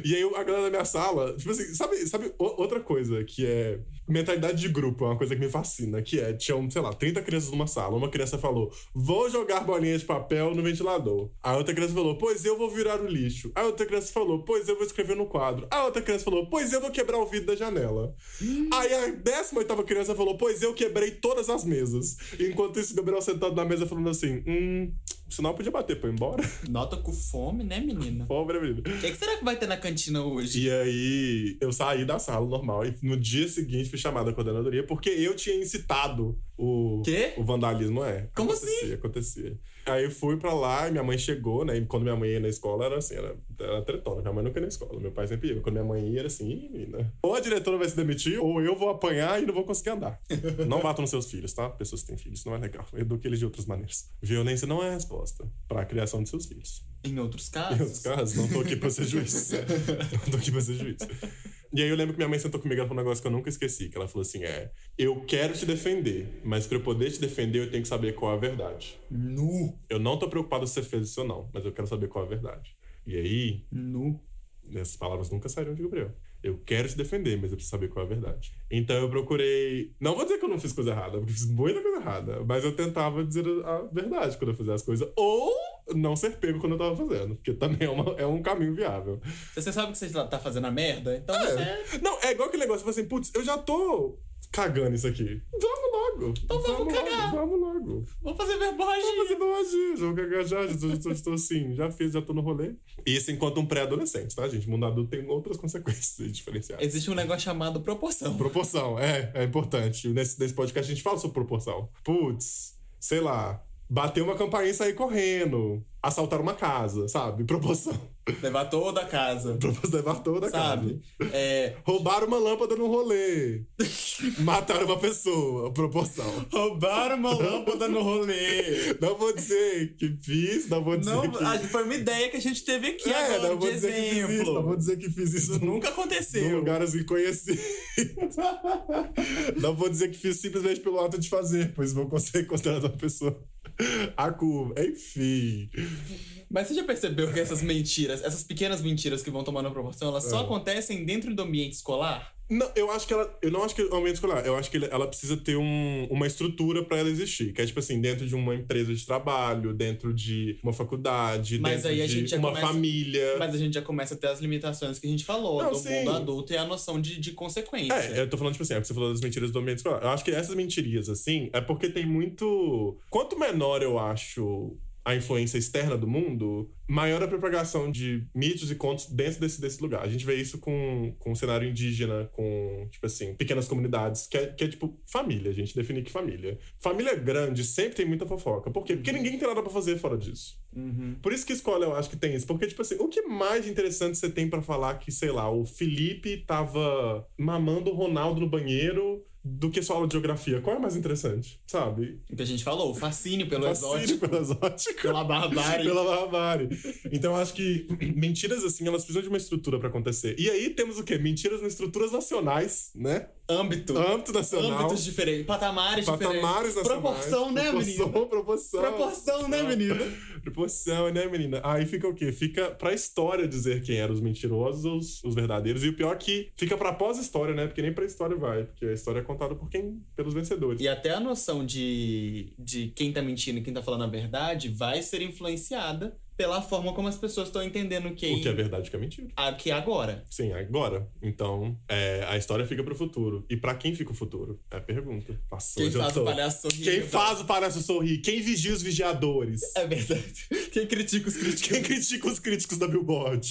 A: E aí a galera da minha sala, tipo assim, sabe, sabe o- outra coisa que é mentalidade de grupo, é uma coisa que me fascina, que é, tinham, sei lá, 30 crianças numa sala, uma criança falou, vou jogar bolinha de papel no ventilador. A outra criança falou, pois eu vou virar o lixo. A outra criança falou, pois eu vou escrever no quadro. A outra criança falou, pois eu vou quebrar o vidro da janela. Aí a 18 criança falou, pois eu quebrei todas as mesas. Enquanto isso, Gabriel sentado na mesa falando assim, hum, o sinal podia bater pra eu ir embora.
B: Nota com fome, né, menina?
A: Pobre menino.
B: O que, que será que vai ter na cantina hoje?
A: E aí eu saí da sala normal e no dia seguinte fui chamada à coordenadoria porque eu tinha incitado o,
B: Quê?
A: o vandalismo, é.
B: Como assim?
A: acontecia, Acontecia. Aí eu fui pra lá e minha mãe chegou, né? E quando minha mãe ia na escola, era assim, era, era tretona. Minha mãe nunca ia na escola, meu pai sempre ia. Quando minha mãe ia, era assim, Ih, menina, ou a diretora vai se demitir, ou eu vou apanhar e não vou conseguir
B: [laughs]
A: andar. não batam nos seus filhos, tá? Pessoas que têm filhos, não é legal. Eduque eles de outras maneiras. Violência não é a resposta pra criação de seus filhos.
B: Em outros
A: Em
B: casos.
A: outros casos, não tô aqui pra ser juiz. não tô aqui pra ser juiz. E aí eu lembro que minha mãe sentou comigo, ela falou um negócio que eu nunca esqueci, que ela falou assim, é, eu quero te defender, mas pra eu poder te defender, eu tenho que saber qual é a verdade.
B: Nu.
A: Eu não tô preocupado se você fez isso ou não, mas eu quero saber qual é a verdade. E aí,
B: Nu.
A: essas palavras nunca saíram de Gabriel. Eu quero te defender, mas eu preciso saber qual é a verdade. Então eu procurei. Não vou dizer que eu não fiz coisa errada, porque eu fiz muita coisa errada. Mas eu tentava dizer a verdade quando eu fazia as coisas. Ou não ser pego quando eu tava fazendo. Porque também é, uma- é um caminho viável.
B: Se você sabe que você tá fazendo a merda, então você.
A: Não, é igual aquele negócio, tipo assim, putz, eu já tô cagando isso aqui. Vamos logo. Então
B: vamos cagar.
A: vamos logo.
B: Vou fazer verborragia.
A: Mas eu não agi, já vou cagar já, já tô- tô- tô assim, já fiz, já tô no rolê. E Isso enquanto um pré-adolescente, tá, gente? Mundo adulto tem outras consequências diferenciadas.
B: Existe um negócio chamado proporção.
A: Proporção, é, é importante. Nesse, nesse podcast a gente fala sobre proporção. Putz, sei lá, bater uma campainha e sair correndo, assaltar uma casa, sabe? [laughs] Proporção.
B: Levar toda a casa.
A: Proporção levar toda a casa.
B: Sabe? É,
A: Roubar uma lâmpada num
B: [laughs]
A: rolê. Matar uma pessoa, proporção.
B: roubaram uma lâmpada no rolê.
A: Não vou dizer que fiz, não vou dizer
B: Não,
A: que...
B: a- foi uma ideia que a gente teve aqui
A: É,
B: agora,
A: não
B: de
A: vou dizer que fiz isso, não vou
B: exemplo.
A: dizer que fiz isso num-
B: Nunca
A: num
B: aconteceu.
A: lugar assim conhecido. não vou dizer que fiz simplesmente pelo ato de fazer, pois vou ser considerado uma pessoa a curva. Enfim.
B: Mas você já percebeu que essas mentiras, essas pequenas mentiras que vão tomando proporção, elas só
A: É.
B: acontecem dentro do ambiente escolar?
A: Não, eu acho que ela. Eu não acho que é o ambiente escolar. Eu acho que ele- ela precisa ter um- uma estrutura pra ela existir. Que é tipo assim, dentro de uma empresa de trabalho, dentro de uma faculdade,
B: Mas
A: dentro
B: aí a
A: de
B: gente já
A: uma
B: começa-
A: família.
B: Mas a gente já começa a ter as limitações que a gente falou,
A: É. Não,
B: do
A: sim.
B: mundo adulto e a noção de, de consequência.
A: É, eu tô falando, tipo assim, é o que você falou das mentiras do ambiente escolar. Eu acho que essas mentirias, assim, é porque tem muito. Quanto menor eu acho a influência externa do mundo, maior a propagação de mitos e contos dentro desse, desse lugar. A gente vê isso com, com o cenário indígena, com, tipo assim, pequenas comunidades, que é, que é tipo família, a gente define que família. Família grande sempre tem muita fofoca. Por quê? Porque ninguém tem nada pra fazer fora disso.
B: Uhum.
A: Por isso que escola eu acho que tem isso. Porque, tipo assim, o que mais interessante você tem pra falar que, sei lá, o Felipe tava mamando o Ronaldo no banheiro do que sua aula de geografia? Qual é mais interessante? Sabe?
B: O que a gente falou, o fascínio pelo
A: Fascínio
B: exótico,
A: pelo [laughs] exótico.
B: pela barbárie.
A: [laughs] Pela barbárie. Então, eu acho que mentiras, assim, elas precisam de uma estrutura pra acontecer. E aí temos o quê? Mentiras nas estruturas nacionais, né?
B: Âmbito.
A: Âmbito nacional.
B: Âmbitos diferentes, patamares,
A: patamares
B: diferentes.
A: nacionais.
B: Proporção, né,
A: proporção,
B: menina?
A: Proporção,
B: Proporção, né,
A: [laughs]
B: menina?
A: Proporção, né, menina? Aí fica o quê? Fica pra história dizer quem eram os mentirosos, os, os verdadeiros. E o pior é que fica pra pós-história, né? Porque nem pra história vai. Porque a história é contada por quem? Pelos vencedores.
B: E até a noção de, de quem tá mentindo e quem tá falando a verdade vai ser influenciada pela forma como as pessoas estão entendendo quem...
A: O que é verdade, o que é mentira.
B: a- que é agora.
A: Sim, agora. Então, é, a história fica pro futuro. E pra quem fica o futuro? É a pergunta. Nossa,
B: Quem
A: hoje eu
B: faz
A: tô-
B: o palhaço sorrir. então.
A: Quem faz o palhaço sorrir? Quem vigia os vigiadores?
B: É verdade. [laughs] Quem critica os críticos.
A: Quem critica os críticos da
B: [laughs]
A: Billboard?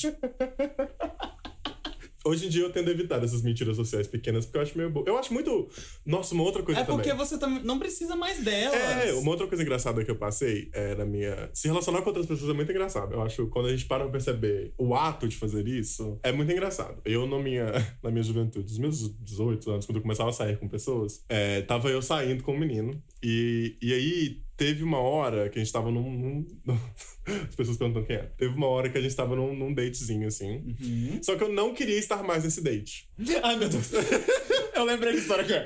A: Hoje em dia eu tendo a evitar essas mentiras sociais pequenas, porque eu acho meio boa. Eu acho muito. Nossa, uma outra coisa
B: É porque
A: também.
B: você também não precisa mais delas.
A: É, uma outra coisa engraçada que eu passei é na minha. Se relacionar com outras pessoas é muito engraçado. Eu acho que quando a gente para pra perceber o ato de fazer isso, é muito engraçado. Eu, na minha, [laughs] na minha juventude, dos meus 18 anos, quando eu começava a sair com pessoas, é, tava eu saindo com um menino. E, e aí teve uma hora que a gente tava num. num- [laughs] as pessoas perguntam quem é. Teve uma hora que a gente tava num, num datezinho assim.
B: Uhum.
A: Só que eu não queria estar mais nesse date.
B: [laughs] Ai,
A: [laughs]
B: meu Deus. Eu lembrei que história que é.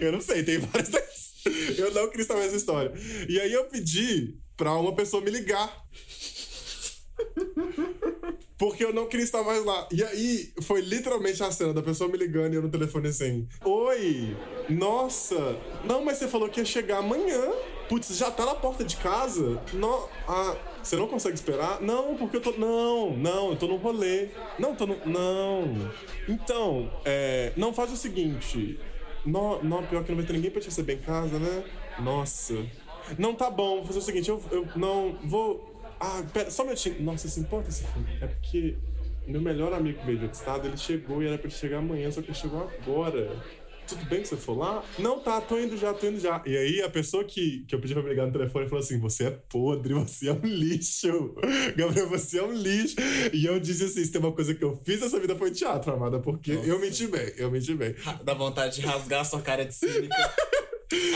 A: [laughs] eu não sei, tem várias dessas. Eu não queria saber essa história. E aí eu pedi pra uma pessoa me ligar. Porque eu não queria estar mais lá. E aí foi literalmente a cena da pessoa me ligando e eu no telefone assim: Oi, nossa, não, mas você falou que ia chegar amanhã. Putz, já tá na porta de casa? No, ah, você não consegue esperar? Não, porque eu tô. Não, não, eu tô no rolê. Não, tô no. Não. Então, é, não faz o seguinte. Não, não, pior que não vai ter ninguém pra te receber em casa, né? Nossa. Não, tá bom, vou fazer o seguinte, eu, eu não vou. Ah, pera, só um minutinho. Nossa, se importa esse filme? É porque meu melhor amigo veio de outro estado, ele chegou e era pra ele chegar amanhã, só que ele chegou agora. Tudo bem que você for lá? Não, tá, tô indo já, tô indo já. E aí a pessoa que, que eu pedi pra me ligar no telefone falou assim: você é podre, você é um lixo. [laughs] Gabriel, você é um lixo. E eu disse assim: se tem uma coisa que eu fiz nessa vida foi teatro, amada, porque eu menti bem, eu menti bem.
B: [laughs] Dá vontade de rasgar a sua cara de cínica.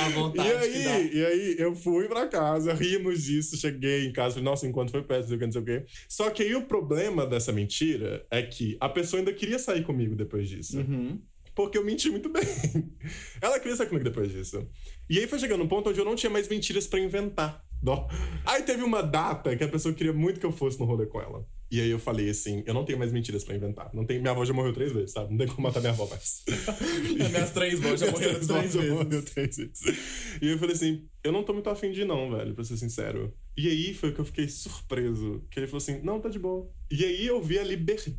B: A
A: E
B: vontade que dá.
A: aí, e aí, eu fui pra casa, rimos disso, cheguei em casa, falei, nossa, o encontro foi péssimo, não sei o quê. Só que aí o problema dessa mentira é que a pessoa ainda queria sair comigo depois disso.
B: Uhum.
A: Porque eu menti muito bem. [laughs] Ela queria sair comigo depois disso. E aí foi chegando um ponto onde eu não tinha mais mentiras pra inventar. Dó. Aí teve uma data que a pessoa queria muito que eu fosse no rolê com ela. E aí eu falei assim, eu não tenho mais mentiras pra inventar. Não tem, minha avó já morreu três vezes, sabe? Não tem como matar minha avó mais.
B: As [laughs] minhas três mãos
A: [laughs]
B: já morreram
A: Essas
B: três
A: vozes já
B: vezes.
A: morreram três vezes. E eu falei assim, eu não tô muito afim de ir não, velho, pra ser sincero. E aí foi que eu fiquei surpreso. Que ele falou assim, não, tá de boa. E aí eu vi a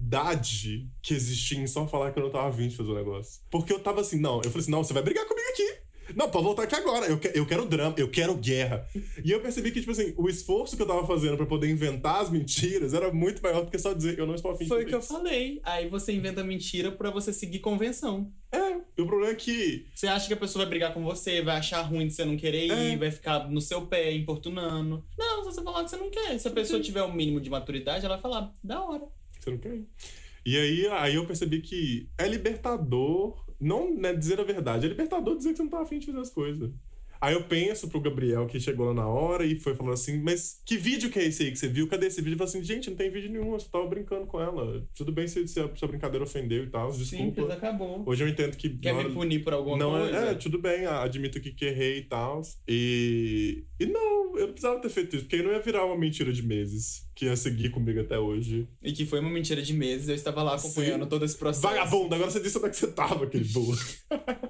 A: liberdade que existia em só falar que eu não tava afim de fazer o negócio. Porque eu tava assim, não. Eu falei assim, não, você vai brigar comigo aqui. Não, pode voltar aqui agora. Eu, que- eu quero drama, eu quero guerra. E eu percebi que, tipo assim, o esforço que eu tava fazendo pra poder inventar as mentiras era muito maior do que só dizer eu não estou afim de
B: Foi
A: fazer
B: o que eu
A: isso."
B: falei. Aí você inventa mentira pra você seguir convenção.
A: E o problema é que
B: Você acha que a pessoa vai brigar com você, vai achar ruim de você não querer ir,
A: É.
B: vai ficar no seu pé, importunando. Não, se você falar que você não quer. Se a pessoa tiver o mínimo de maturidade, ela vai falar, da hora.
A: Você não quer ir. E aí, aí eu percebi que é libertador, não né, dizer a verdade, é libertador dizer que você não tá afim de fazer as coisas. Aí eu penso pro Gabriel que chegou lá na hora e foi falando assim, mas que vídeo que é esse aí que você viu? Cadê esse vídeo? Eu falei assim, gente, não tem vídeo nenhum, eu só tava brincando com ela. Tudo bem se, se a sua brincadeira ofendeu e tal, desculpa.
B: Simples, acabou.
A: Hoje eu entendo que.
B: Quer
A: na hora-
B: me punir por alguma
A: não,
B: coisa?
A: É, é, tudo bem, a- admito que, que errei e tal. E. E não, eu não precisava ter feito isso, porque aí não ia virar uma mentira de meses, que ia seguir comigo até hoje.
B: E que foi uma mentira de meses, eu estava lá acompanhando
A: Sim.
B: todo esse processo.
A: Vagabundo, agora você disse onde é que você tava, aquele burro.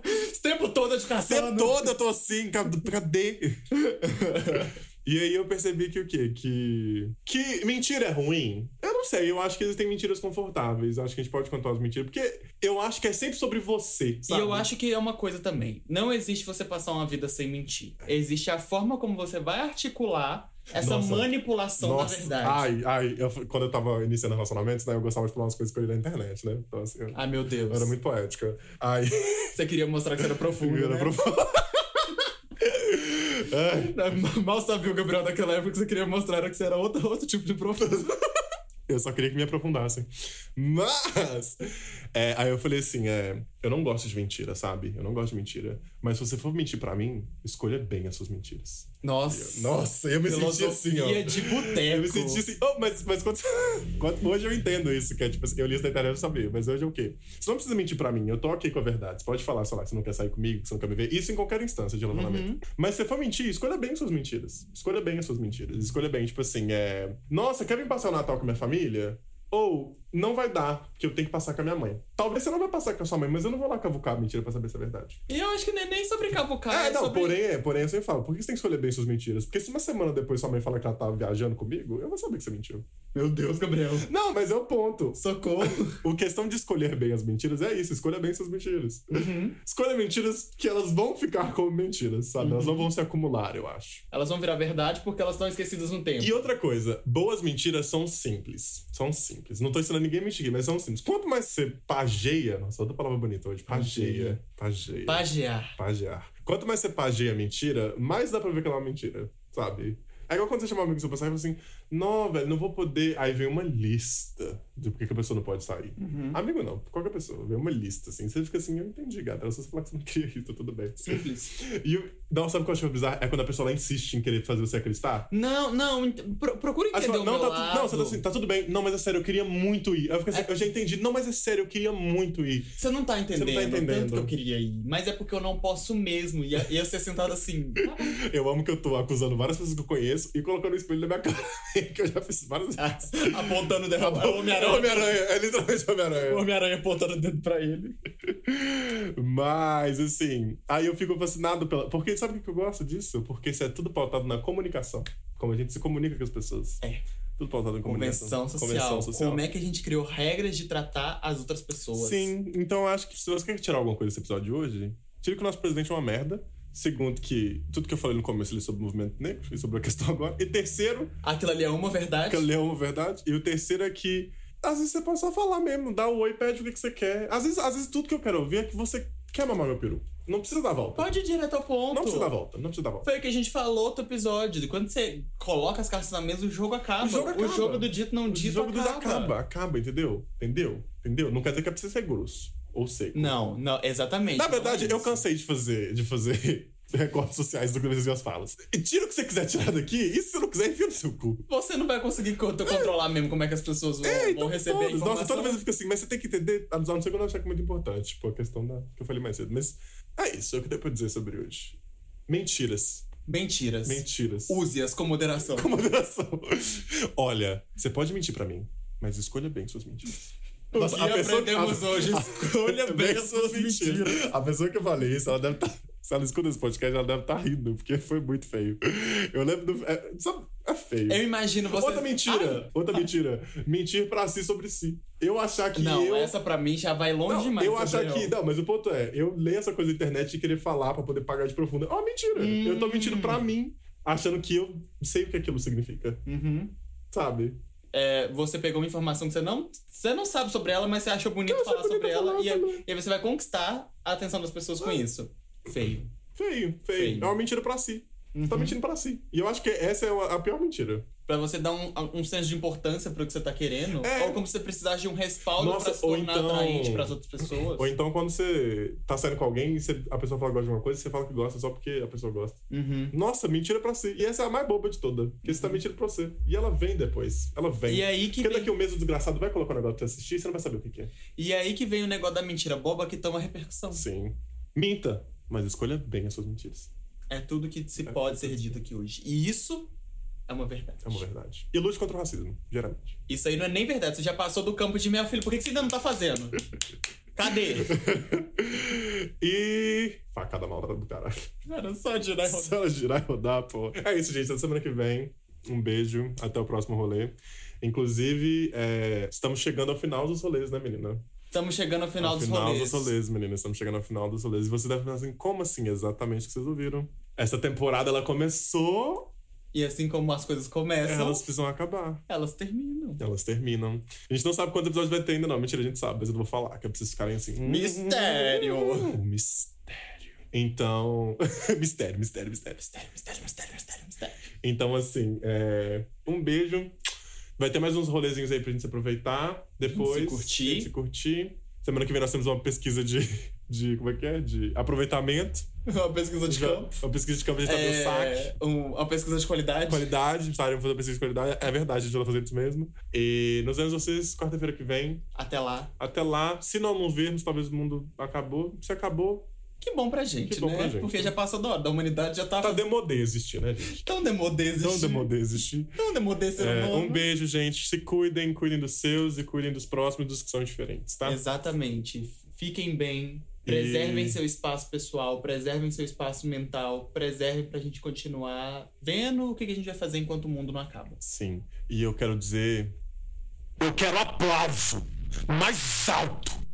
B: Esse tempo todo eu te
A: Você
B: caçando.
A: toda eu tô assim, cad- cadê? [laughs] E aí eu percebi que o quê? Que. Que mentira é ruim. Eu não sei, eu acho que existem mentiras confortáveis. Acho que a gente pode contar as mentiras, porque eu acho que é sempre sobre você.
B: E
A: Sabe?
B: eu acho que é uma coisa também. Não existe você passar uma vida sem mentir. Existe a forma como você vai articular essa
A: Nossa.
B: manipulação da é verdade.
A: Ai, ai, eu f- quando eu tava iniciando relacionamentos, né? Eu gostava de falar umas coisas que eu li na internet, né? Então, assim, eu,
B: Ai, meu Deus.
A: eu era muito poética. Ai,
B: Você queria mostrar que você era profundo.
A: eu era
B: né?
A: profundo. [laughs] Ai,
B: [laughs] Mal sabia o Gabriel daquela época que você queria mostrar que você era outro, outro tipo de profundo.
A: eu só queria que me aprofundassem. Mas. é, aí eu falei assim: é, eu não gosto de mentira, sabe? Eu não gosto de mentira. Mas se você for mentir pra mim, escolha bem as suas mentiras.
B: Nossa.
A: Nossa, eu me senti
B: Filosofia
A: assim, ó.
B: de boteco.
A: Eu me senti assim, oh, mas, mas [laughs] quando, quando- hoje eu entendo isso, que é tipo assim, eu li isso na internet eu sabia, mas hoje é o quê? Você não precisa mentir pra mim, eu tô ok com a verdade. Você pode falar, sei lá, que você não quer sair comigo, que você não quer me ver, isso em qualquer instância de relacionamento.
B: Uhum.
A: Mas se você for mentir, escolha bem suas mentiras. Escolha bem as suas mentiras. Escolha bem, tipo assim, é. Nossa, quer vir passar o Natal com a minha família? Ou não vai dar, porque eu tenho que passar com a minha mãe. Talvez você não vai passar com a sua mãe, mas eu não vou lá cavucar a mentira pra saber se é verdade.
B: E eu acho que não é nem sobre cavucar,
A: Ah,
B: é,
A: não,
B: sobre...
A: porém, é, porém, eu sempre falo, por que você tem que escolher bem suas mentiras? Porque se uma semana depois sua mãe fala que ela tava viajando comigo, eu vou saber que você mentiu.
B: Meu Deus, Gabriel.
A: Não, mas é o ponto.
B: Socorro.
A: O questão de escolher bem as mentiras é isso, escolha bem suas mentiras. Escolha mentiras que elas vão ficar como mentiras, sabe? Elas não vão se acumular, eu acho.
B: Elas vão virar verdade porque elas estão esquecidas no tempo.
A: E outra coisa, boas mentiras são simples. São simples. Não tô ensinando ninguém a mentir, mas são simples. Quanto mais você pageia, nossa, outra palavra bonita hoje, pageia, pageia.
B: Pagear.
A: Pagear. Quanto mais você pageia a mentira, mais dá pra ver que ela é uma mentira, sabe? É igual quando você chama um amigo seu pra sair e fala assim: Não, velho, não vou poder. Aí vem uma lista de por que que a pessoa não pode sair.
B: Uhum.
A: Amigo não, qualquer pessoa. Vem uma lista assim. Você fica assim: Eu entendi, gata. Era só você falar que você não queria isso, tá tudo bem.
B: Simples.
A: E o- não, sabe o que eu acho bizarro? É quando a pessoa lá insiste em querer fazer você acreditar.
B: Não, não, ent- pro- procura
A: Aí você
B: entender
A: fala,
B: o
A: não,
B: meu
A: tá
B: lado.
A: tudo, não, você tá assim, tá tudo bem. Não, mas é sério, eu queria muito ir. Aí eu fico assim,
B: É.
A: eu já entendi. Não, mas é sério, eu queria muito ir.
B: Você não tá entendendo,
A: entendendo.
B: tanto que eu queria ir. Mas é porque eu não posso mesmo. E ia, ia ser sentado assim. [laughs]
A: Eu amo que eu tô acusando várias pessoas que eu conheço e colocando o espelho na minha [laughs] cara. que eu já fiz várias vezes.
B: apontando derrubado. O
A: É [laughs]
B: Homem-Aranha.
A: Homem-Aranha, é literalmente
B: O
A: Homem-Aranha.
B: Homem-Aranha apontando o dedo pra ele.
A: Mas, assim, aí eu fico fascinado pela. Porque sabe o que eu gosto disso? Porque isso é tudo pautado na comunicação. Como a gente se comunica com as pessoas.
B: É.
A: Tudo pautado em comunicação.
B: Convenção social. Como é que é a gente criou regras de tratar as outras pessoas?
A: Sim, então eu acho que se você quer tirar alguma coisa desse episódio de hoje, tira que o nosso presidente é uma merda. Segundo, que tudo que eu falei no começo ali sobre o movimento negro e sobre a questão agora. E terceiro,
B: Aquilo ali é uma
A: [laughs]
B: verdade.
A: que eu leio uma verdade. E o terceiro é que às vezes você pode só falar mesmo, dá o oi, pede o que, que você quer. Às vezes, às vezes tudo que eu quero ouvir é que você quer mamar meu peru. Não precisa dar volta.
B: Pode ir direto ao ponto.
A: Não precisa dar volta, não precisa dar volta.
B: Foi o que a gente falou outro episódio. de Quando você coloca as cartas na mesa, o jogo acaba.
A: O jogo acaba.
B: jogo do dito não
A: O
B: dito
A: jogo dos
B: acaba.
A: acaba, acaba, entendeu? Entendeu? Entendeu? Não quer dizer que é pra você ser grosso ou seco.
B: Não, não, exatamente.
A: Na
B: não é
A: verdade, eu
B: isso.
A: cansei de fazer, de fazer [laughs] recortes sociais do que das minhas falas. E tira o que você quiser tirar daqui, e se você não quiser, enfia no seu cu.
B: Você não vai conseguir co- controlar mesmo como é que as pessoas vão,
A: É,
B: vão
A: então
B: receber a
A: todos.
B: informação.
A: Hum. Nossa, toda vez eu fico assim, mas você tem que entender. A não ser que eu não achar que é muito importante, tipo, a questão da, que eu falei mais cedo. Mas é isso, é o que deu pra dizer sobre hoje. Mentiras.
B: Mentiras.
A: Mentiras. [laughs]
B: Use-as com moderação.
A: Com moderação. Olha, você pode mentir pra mim, mas escolha bem suas mentiras.
B: O que aprendemos
A: [laughs]
B: hoje? [laughs] Escolha bem as suas mentiras.
A: A pessoa que eu falei isso, ela deve estar. Se ela escuta esse podcast, ela deve estar rindo, porque foi muito feio. Eu lembro do. É, sabe, é feio.
B: Eu imagino você... Ah.
A: Outra mentira. Outra mentira. Mentir pra si sobre si. Eu achar
B: Ah,
A: que
B: não,
A: eu.
B: essa pra mim já vai longe
A: Não,
B: demais.
A: eu achar
B: Gabriel.
A: que. Não, mas o ponto é, eu leio essa coisa na internet e querer falar pra poder pagar de profunda. É uma mentira. Eu tô mentindo
B: Hum.
A: pra mim, achando que eu sei o que aquilo significa.
B: Uhum.
A: Sabe?
B: É, você pegou uma informação que você não, você não sabe sobre ela, mas você achou bonito
A: Eu achei
B: falar
A: bonito
B: sobre ela.
A: falar
B: e, aí-
A: sobre- Ah.
B: e aí você vai conquistar a atenção das pessoas com isso. Feio.
A: Feio, feio.
B: Feio. Uhum.
A: É uma mentira pra si. Você tá mentindo pra si. E eu acho que essa é a a pior mentira.
B: Pra você dar um, um senso de importância pro que você tá querendo.
A: É.
B: Ou como se você precisasse de um respaldo
A: Nossa,
B: pra se
A: ou
B: tornar
A: então-
B: atraente pras outras pessoas.
A: Ou então, quando você tá saindo com alguém e você- a pessoa fala que gosta de uma coisa, você fala que gosta só porque a pessoa gosta.
B: Uhum.
A: Nossa, mentira pra si. E essa é a mais boba de toda. Porque você tá mentindo pra você. E ela vem depois. Ela vem.
B: E aí que
A: porque
B: vem-
A: daqui a um mês o desgraçado vai colocar um negócio pra você assistir e você não vai saber o que que é.
B: E aí que vem o negócio da mentira boba que toma repercussão.
A: Sim. Minta, mas escolha bem as suas mentiras.
B: É tudo que se
A: É
B: pode
A: tudo
B: ser
A: que-
B: dito aqui hoje. E isso é uma verdade.
A: É uma verdade. E lute contra o racismo,
B: [laughs]
A: geralmente.
B: Isso aí não é nem verdade. Você já passou do campo de meu filho. Por que que você ainda não tá fazendo? Cadê?
A: e. Facada maldada do caralho.
B: Cara, só de
A: né, [laughs]
B: dar
A: Só girar e rodar, pô. É isso, gente. Até semana que vem. Um beijo. Até o próximo rolê. Inclusive, é, estamos chegando ao final dos rolês, né, menina?
B: Estamos chegando ao final
A: ao
B: dos
A: final dos
B: rolês.
A: rolês, menina. Estamos chegando ao final dos rolês. E você deve pensar assim, como assim? Exatamente o que vocês ouviram. Essa temporada, ela começou,
B: E assim como as coisas começam,
A: elas
B: elas,
A: precisam acabar.
B: terminam.
A: Elas terminam. A gente não sabe quanto episódio vai ter ainda, não. Mentira, a gente sabe, mas eu não vou falar, que é pra vocês ficarem assim... hum,
B: Mistério.
A: hum, Mistério. Então... [laughs] mistério, mistério, mistério.
B: Mistério, mistério, mistério, mistério, mistério.
A: Então, assim, é, um beijo. Vai ter mais uns rolezinhos aí pra gente se aproveitar. Depois.
B: Se curtir.
A: pra gente se curtir. Semana que vem nós temos uma pesquisa de. de como é que é? De aproveitamento.
B: É Uma pesquisa de
A: Já-
B: campo.
A: Uma pesquisa de campo, a gente tá dando saque.
B: É, um- uma pesquisa de qualidade.
A: Qualidade, precisaram fazer uma pesquisa de qualidade. É verdade, a gente vai fazer isso mesmo. E nos vemos vocês quarta-feira que vem.
B: Até lá.
A: Até lá. Se não nos vermos, talvez o mundo acabou. Se acabou,
B: Que bom pra gente,
A: Que bom
B: né?
A: pra gente,
B: Porque
A: né?
B: já passou da hora. Da humanidade já tá,
A: tá demodê existir, né, gente?
B: tão demodê
A: Tão
B: existir.
A: demodê existir.
B: Tão demodê ser
A: É,
B: humano.
A: um beijo, gente. Se cuidem, cuidem dos seus e cuidem dos próximos e dos que são diferentes, tá?
B: Exatamente. Fiquem bem. Preservem
A: E-
B: seu espaço pessoal, preservem seu espaço mental, preservem pra gente continuar vendo o que que a gente vai fazer enquanto o mundo não acaba.
A: Sim. E eu quero dizer. Eu quero aplauso mais alto.